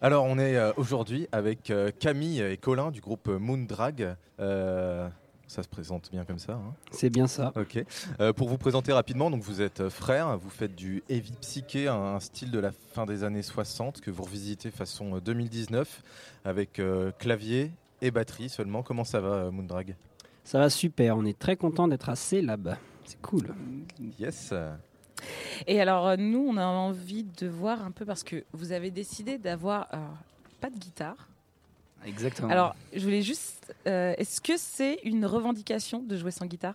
Alors, on est euh, aujourd'hui avec euh, Camille et Colin du groupe Moondrag. Euh, ça se présente bien comme ça. hein. C'est bien ça. Ok. Euh, pour vous présenter rapidement, donc vous êtes euh, frères, vous faites du heavy psyché, un, un style de la fin des années 60 que vous revisitez façon euh, 2019 avec euh, clavier et batterie seulement. Comment ça va, euh, Moondrag Ça va super. On est très content d'être à C-Lab. C'est cool. Yes. Et alors, euh, nous, on a envie de voir un peu parce que vous avez décidé d'avoir euh, pas de guitare. Exactement. Alors, je voulais juste. euh, Est-ce que c'est une revendication de jouer sans guitare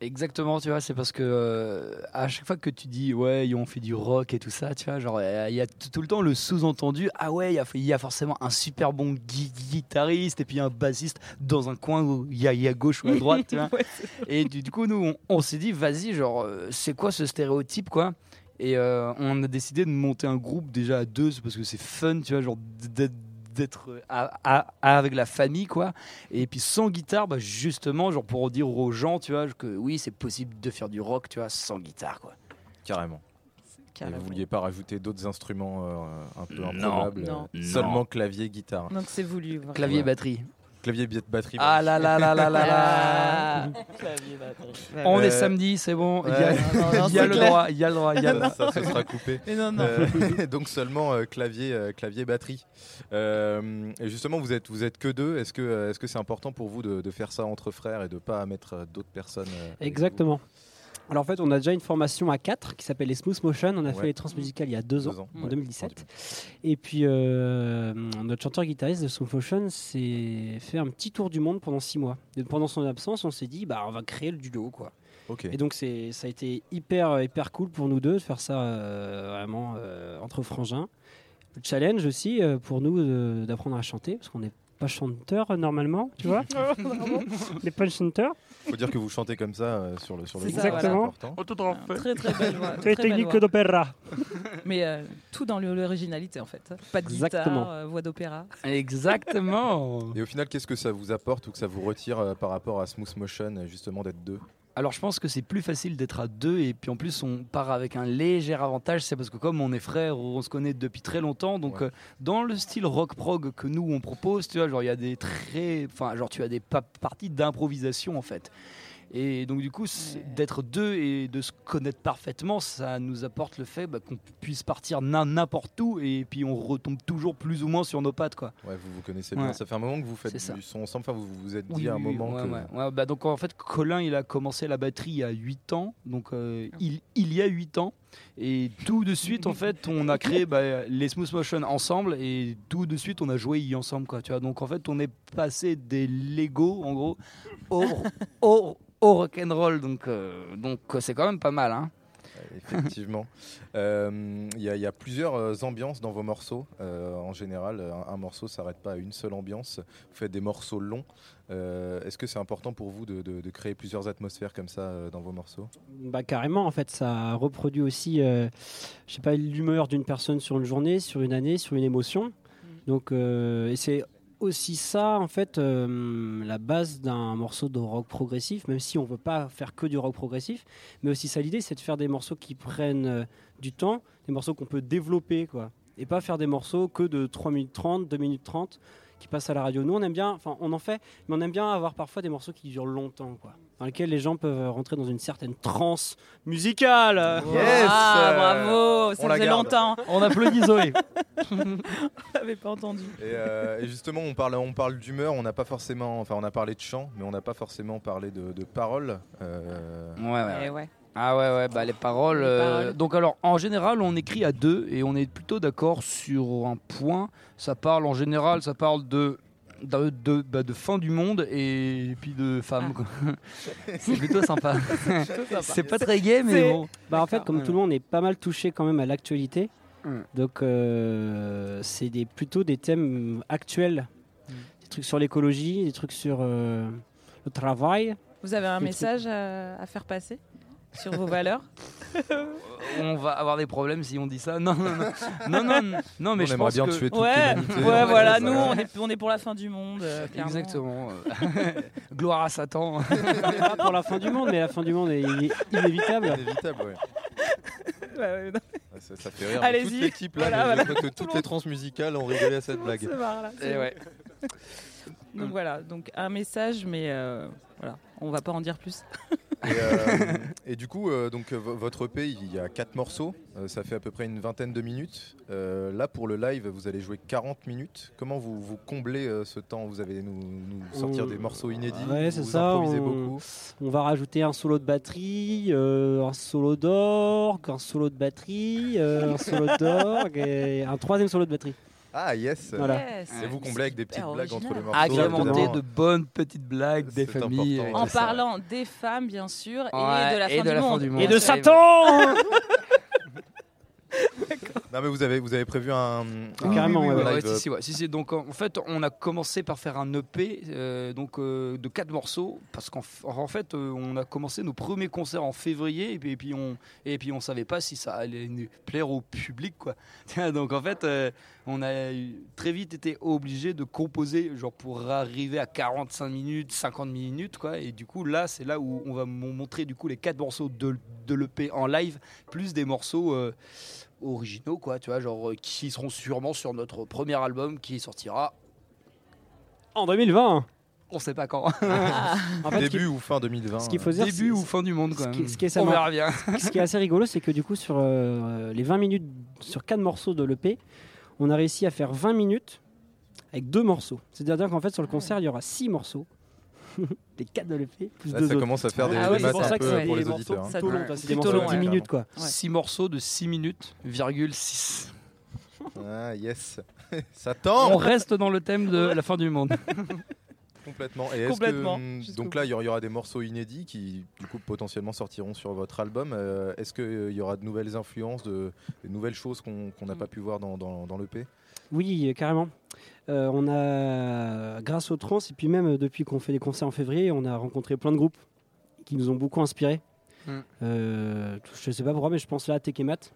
Exactement, tu vois, c'est parce que euh, à chaque fois que tu dis ouais, ils ont fait du rock et tout ça, tu vois, genre euh, il y a t- tout le temps le sous-entendu ah ouais, il y a- il y, a forcément un super bon gui- guitariste et puis un bassiste dans un coin où il y, a- il y a gauche ou à droite, tu vois. Ouais, Et du, du coup, nous, on, on s'est dit vas-y, genre euh, c'est quoi ce stéréotype quoi Et euh, on a décidé de monter un groupe déjà à deux c'est parce que c'est fun, tu vois, genre d- d- d'être euh, à- à- avec la famille quoi et puis sans guitare, bah, justement, genre pour dire aux gens, tu vois, que oui, c'est possible de faire du rock, tu vois, sans guitare, quoi. Carrément. Et carrément. vous vouliez pas rajouter d'autres instruments euh, un peu Non. improbables Non. euh, Seulement clavier, guitare. Donc, c'est voulu. vraiment. Clavier, Ouais. batterie. Clavier, bi- batterie. Ah là là là là là là. Ouais. On Euh, est samedi, c'est bon. Il y a, ouais. Non, non, non, il y a c'est le clair. droit, il y a le droit, il y a le Ça, droit. ça, ça sera coupé. Mais non, non. Euh, donc seulement euh, clavier, euh, clavier, batterie. Euh, et justement, vous êtes, vous êtes que deux. Est-ce que, euh, est-ce que c'est important pour vous de, de faire ça entre frères et de pas mettre euh, d'autres personnes euh, avec vous Exactement. Alors en fait, on a déjà une formation à 4 qui s'appelle les Smooth Motion. On a Ouais. fait les transmusicales il y a deux ans, Deux ans, en Mm. ouais. 2017. Et puis euh, notre chanteur guitariste de Smooth Motion s'est fait un petit tour du monde pendant six mois. Et pendant son absence, on s'est dit bah on va créer le duo quoi. Ok. Et donc c'est ça a été hyper euh, hyper cool pour nous deux de faire ça euh, vraiment euh, entre frangins. Le challenge aussi euh, pour nous euh, d'apprendre à chanter parce qu'on n'est pas chanteur euh, normalement, tu vois. Les pas chanteurs. Faut dire que vous chantez comme ça euh, sur le sur le C'est groupe, ça, c'est voilà. important. Très, très belle voix. Très très belle technique voix. d'opéra. Mais euh, tout dans le- l'originalité, en fait. Pas de Exactement. guitare, euh, voix d'opéra. Exactement. Et au final, qu'est-ce que ça vous apporte ou que ça vous retire euh, par rapport à Smooth Motion, euh, justement d'être deux Alors je pense que c'est plus facile d'être à deux et puis en plus on part avec un léger avantage, c'est parce que comme on est frères, on se connaît depuis très longtemps, donc Ouais. euh, dans le style rock prog que nous on propose, tu vois, genre il y a des très, enfin genre tu as des pa- parties d'improvisation en fait. Et donc du coup c'est- Ouais. d'être deux et de se connaître parfaitement, ça nous apporte le fait bah, qu'on puisse partir n'im- n'importe où et puis on retombe toujours plus ou moins sur nos pattes quoi. Ouais, vous vous connaissez Ouais. bien. Ça fait un moment que vous faites C'est ça. du son ensemble. Enfin, vous vous vous êtes dit Oui, à un oui, moment ouais, que ouais. Ouais, bah donc en fait, Colin, il a commencé la batterie il y a 8 ans, donc euh, il, il y a 8 ans. Et tout de suite, en fait, on a créé bah, les Smooth Motion ensemble et tout de suite, on a joué y ensemble. Quoi, tu vois. Donc en fait, on est passé des Lego, en gros, au, au, au rock'n'roll. Donc euh, donc euh, c'est quand même pas mal. Hein. Effectivement. Euh, Il y, a- il y a plusieurs euh, ambiances dans vos morceaux. Euh, en général, un, un morceau ne s'arrête pas à une seule ambiance. Vous faites des morceaux longs. Euh, Est-ce que c'est important pour vous de, de- de créer plusieurs atmosphères comme ça euh, dans vos morceaux Bah carrément, en fait, ça reproduit aussi, euh, je sais pas, l'humeur d'une personne sur une journée, sur une année, sur une émotion. Donc, euh, et c'est aussi ça, en fait, euh, la base d'un morceau de rock progressif, même si on veut pas faire que du rock progressif, mais aussi ça l'idée, c'est de faire des morceaux qui prennent euh, du temps, des morceaux qu'on peut développer, quoi, et pas faire des morceaux que de 3 minutes 30, 2 minutes 30 qui passent à la radio. Nous, on aime bien, enfin, on en fait, mais on aime bien avoir parfois des morceaux qui durent longtemps, quoi, dans lesquels les gens peuvent rentrer dans une certaine transe musicale. Yes, ah, euh, bravo on Ça la faisait garde. longtemps. On applaudit Zoé. On l'avait pas entendu. et, euh, et justement, on parle, on parle d'humeur. On n'a pas forcément. Enfin, on a parlé de chant, mais on n'a pas forcément parlé de, de paroles. Euh, Ouais, ouais, ouais. Eh ouais. Ah ouais, ouais, bah les paroles. Les euh, paroles. Donc alors, en général, on écrit à deux et on est plutôt d'accord sur un point. Ça parle en général, ça parle de de, de- bah, de fin du monde et puis de femmes. Ah. quoi. C'est plutôt sympa. C'est pas très gay, C'est- mais bon. Bah en fait, D'accord. comme Ouais. tout le monde, on est pas mal touché quand même à l'actualité. Mm. Donc, euh, c'est des, plutôt des thèmes actuels. Mm. Des trucs sur l'écologie, des trucs sur euh, le travail. Vous avez un Le message à, à faire passer sur vos valeurs On va avoir des problèmes si on dit ça. Non, non, non, non, non, non, non, mais on je aimerait pense bien que... tuer toute Ouais, l'humanité. ouais, voilà, Ça, nous ça- on est, on est pour la fin du monde. euh, clairement. Exactement. Gloire à Satan. pas pour la fin du monde, mais la fin du monde est iné- inévitable. Inévitable, ouais. Ouais, ouais, non. Ah, ça, ça fait rire. mais Allez-y. Toute l'équipe là, Voilà, mais je voilà. crois que le toutes monde- les trans musicales ont rigolé à Tout cette le monde blague. se marre, là, c'est Et bon. ouais. Donc voilà, donc un message, mais euh, voilà, on va pas en dire plus. Et, euh, et du coup, euh, donc, euh, vo- votre EP, il y a 4 morceaux, euh, ça fait à peu près une vingtaine de minutes. Euh, là, pour le live, vous allez jouer 40 minutes. Comment vous, vous comblez euh, ce temps Vous allez nous, nous sortir On- des morceaux inédits Ouais, c'est Vous ça, improvisez on- beaucoup On va rajouter un solo de batterie, euh, un solo d'orgue, un solo de batterie, euh, un solo d'orgue et un troisième solo de batterie. Ah, yes Voilà. Ah, Yes. Et vous comblez avec des petites Hyper blagues entre les original. morceaux. Agrémenté évidemment. de bonnes petites blagues des C'est familles. important. euh, En c'est ça. parlant des femmes, bien sûr, et Ouais, de la, et fin, de du la fin monde. du monde. Et Ouais, de ça Satan hein, Non, mais vous avez, vous avez prévu Ah, un. Ah un- Carrément, un ouais, Ouais, live, ouais, euh, si, si, ouais. Si, si, donc en en fait, on a commencé par faire un EP euh, donc, euh, de quatre morceaux parce qu'en f- en fait, euh, on a commencé nos premiers concerts en février et puis, et puis on et puis on savait pas si ça allait nous plaire au public quoi. donc en fait, euh, on a eu- très vite été obligé de composer genre pour arriver à 45 minutes, 50 minutes quoi. Et du coup là, c'est là où on va m- montrer du coup les quatre morceaux de, de l'EP en live plus des morceaux euh, originaux quoi, tu vois, genre euh, qui seront sûrement sur notre premier album qui sortira, En 2020 on sait pas quand, En fait, ce qui- Début ou fin 2020 ce qu'il faut dire, début c'est- ou fin du monde ce quand qui- même. ce qui est on seulement- verra bien. ce qui est assez rigolo, c'est que du coup, sur euh, les 20 minutes, sur 4 morceaux de l'EP, on a réussi à faire 20 minutes avec deux morceaux. C'est-à-dire qu'en fait, sur le concert, il y aura 6 morceaux. les 4 de l'EP, plus Là, deux ça autres. commence à faire des, Ah des ouais, c'est maths pour ça un que peu c'est pour des les auditeurs. hein. plutôt hein. longs, quoi. C'est des Plutôt morceaux longs, de 10 ouais. minutes, quoi. Ouais. Six morceaux de 6 minutes, virgule 6. Ah, yes Ça On tend reste dans le thème de la fin du monde. Complètement. Et est-ce Complètement, que, hum, jusqu'au donc là, il y aura- il y aura des morceaux inédits qui, du coup, potentiellement sortiront sur votre album. Euh, Est-ce qu'il y aura de nouvelles influences, de, des nouvelles choses qu'on qu'on Mm. n'a pas pu voir dans, dans, dans l'EP Oui, euh, carrément. Euh, on a, grâce aux trans, et puis même euh, depuis qu'on fait des concerts en février, on a rencontré plein de groupes qui nous ont beaucoup inspirés. Mm. Euh, je ne sais pas pourquoi, mais je pense là à Tekemat. Mm.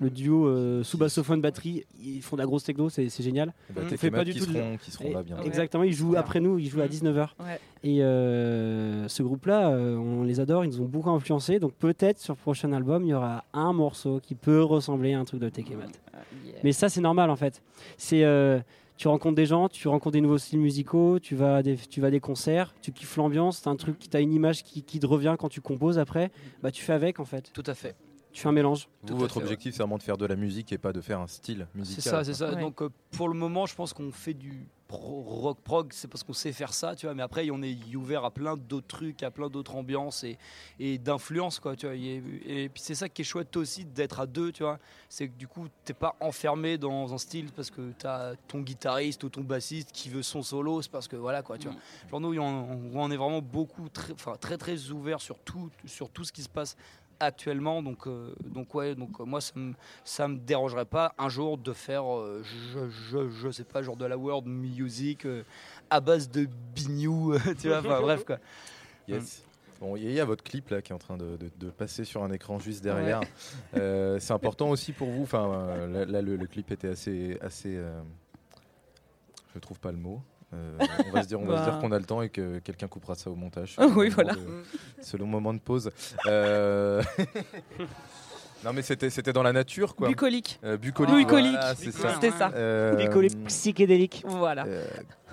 Le duo euh, sous bassophone batterie, ils font de la grosse techno, c'est c'est génial. Eh ben, On Tes Mm. fait pas Kemat du qui tout de- seront, qui seront Et- là bientôt. Exactement, ils jouent Ah Ouais. après nous, ils jouent à Mm. 19h. Ouais. Et euh, ce groupe-là, euh, on les adore, ils nous ont beaucoup influencés. Donc peut-être sur le prochain album, il y aura un morceau qui peut ressembler à un truc de Tekemat. Ah, yeah. Mais ça, c'est normal en fait. C'est euh, tu rencontres des gens, tu rencontres des nouveaux styles musicaux, tu vas à des, tu vas à des concerts, tu kiffes l'ambiance, t'as un truc, qui- t'as une image qui, qui te revient quand tu composes après. Bah tu fais avec en fait. Tout à fait. Tu fais un mélange. Vous, Tout à votre fait, ouais. objectif, c'est vraiment de faire de la musique et pas de faire un style musical. C'est ça, c'est ça. Ouais. Donc euh, pour le moment, je pense qu'on fait du pro- rock prog, c'est parce qu'on sait faire ça, tu vois. Mais après, on est ouvert à plein d'autres trucs, à plein d'autres ambiances et, et d'influences, quoi. Tu vois. Et, et puis c'est ça qui est chouette aussi d'être à deux, tu vois. C'est que du coup, t'es pas enfermé dans un style parce que t'as ton guitariste ou ton bassiste qui veut son solo, c'est parce que voilà, quoi. Tu vois. Genre nous, on, on est vraiment beaucoup, très, enfin, très très ouvert sur tout, sur tout ce qui se passe actuellement. Donc, euh, donc ouais, donc euh, moi, ça me ça me dérangerait pas un jour de faire, euh, je, je, je sais pas, genre de la world music euh, à base de bignou, tu vois, enfin bref quoi. Yes. Hum. Bon, il y a votre clip là qui est en train de, de- de passer sur un écran juste derrière. Euh, c'est important aussi pour vous. Enfin, euh, là, là, le, le clip était assez, assez. euh, je trouve pas le mot. Euh, on va se dire, on va se dire Bah. qu'on a le temps et que quelqu'un coupera ça au montage. C'est le Oui, moment voilà. de- C'est le moment de pause. Euh, non, mais c'était, c'était dans la nature, quoi. Bucolique. Euh, bucolique. Bucolique. voilà, c'est ça. C'était ça. Euh, psychédélique. Voilà. euh,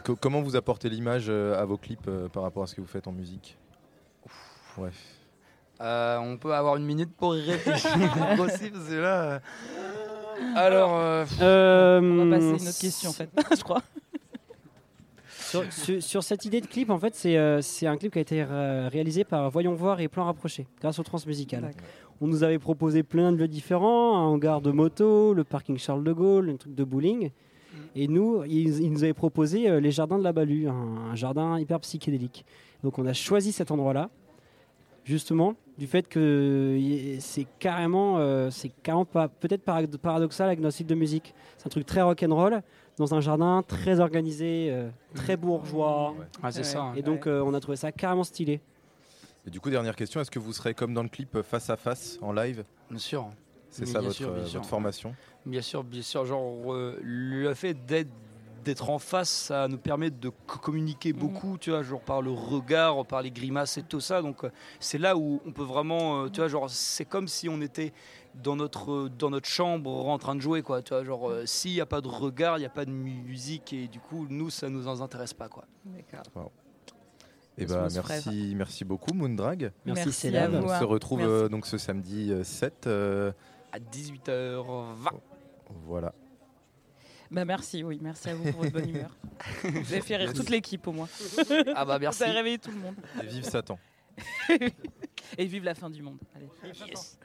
co- comment vous apportez l'image euh, à vos clips euh, par rapport à ce que vous faites en musique Ouais. Euh, on peut avoir une minute pour y réfléchir aussi, parce que là. euh, Alors, euh, On Euh, va passer à une autre question, en fait, je crois. Sur, sur- sur cette idée de clip, en fait, c'est euh, c'est un clip qui a été euh, réalisé par Voyons voir et Plan Rapproché, grâce au Transmusical. On nous avait proposé plein de lieux différents, un hangar de moto, le parking Charles de Gaulle, un truc de bowling. Et nous, ils, ils nous avaient proposé euh, les jardins de la Balue, un, un jardin hyper psychédélique. Donc on a choisi cet endroit-là, justement, du fait que y- c'est carrément, euh, c'est carrément pas- peut-être parad- paradoxal avec notre style de musique. C'est un truc très rock'n'roll, dans un jardin très organisé, euh, très bourgeois. Ouais. ah, c'est Ouais. ça. hein. Et donc euh, on a trouvé ça carrément stylé. Et du coup, dernière question, est-ce que vous serez comme dans le clip euh, face à face en live Bien sûr. C'est Mais ça bien votre, sûr, bien euh, sûr. votre formation Bien sûr, bien sûr. Genre, euh, le fait d'être d'être en face, ça nous permet de co- communiquer beaucoup, tu vois, genre par le regard, par les grimaces et tout ça. Donc euh, c'est là où on peut vraiment, euh, tu vois, genre c'est comme si on était dans notre euh, dans notre chambre en train de jouer, quoi. Tu vois, genre euh, s'il n'y a pas de regard, il n'y a pas de musique et du coup nous ça nous en intéresse pas, quoi. D'accord. Et Laisse-moi bah, ce merci, merci beaucoup, Moondrag. Merci, Merci à Célèbre. On vous. hein. se retrouve Merci. euh, donc ce samedi euh, 7. euh, À 18h20. voilà. Bah merci, oui, merci à vous pour votre bonne humeur. Vous avez fait rire toute l'équipe au moins. Ah bah merci. Vous avez réveillé tout le monde. Et vive Satan. Et vive la fin du monde. Allez. Yes.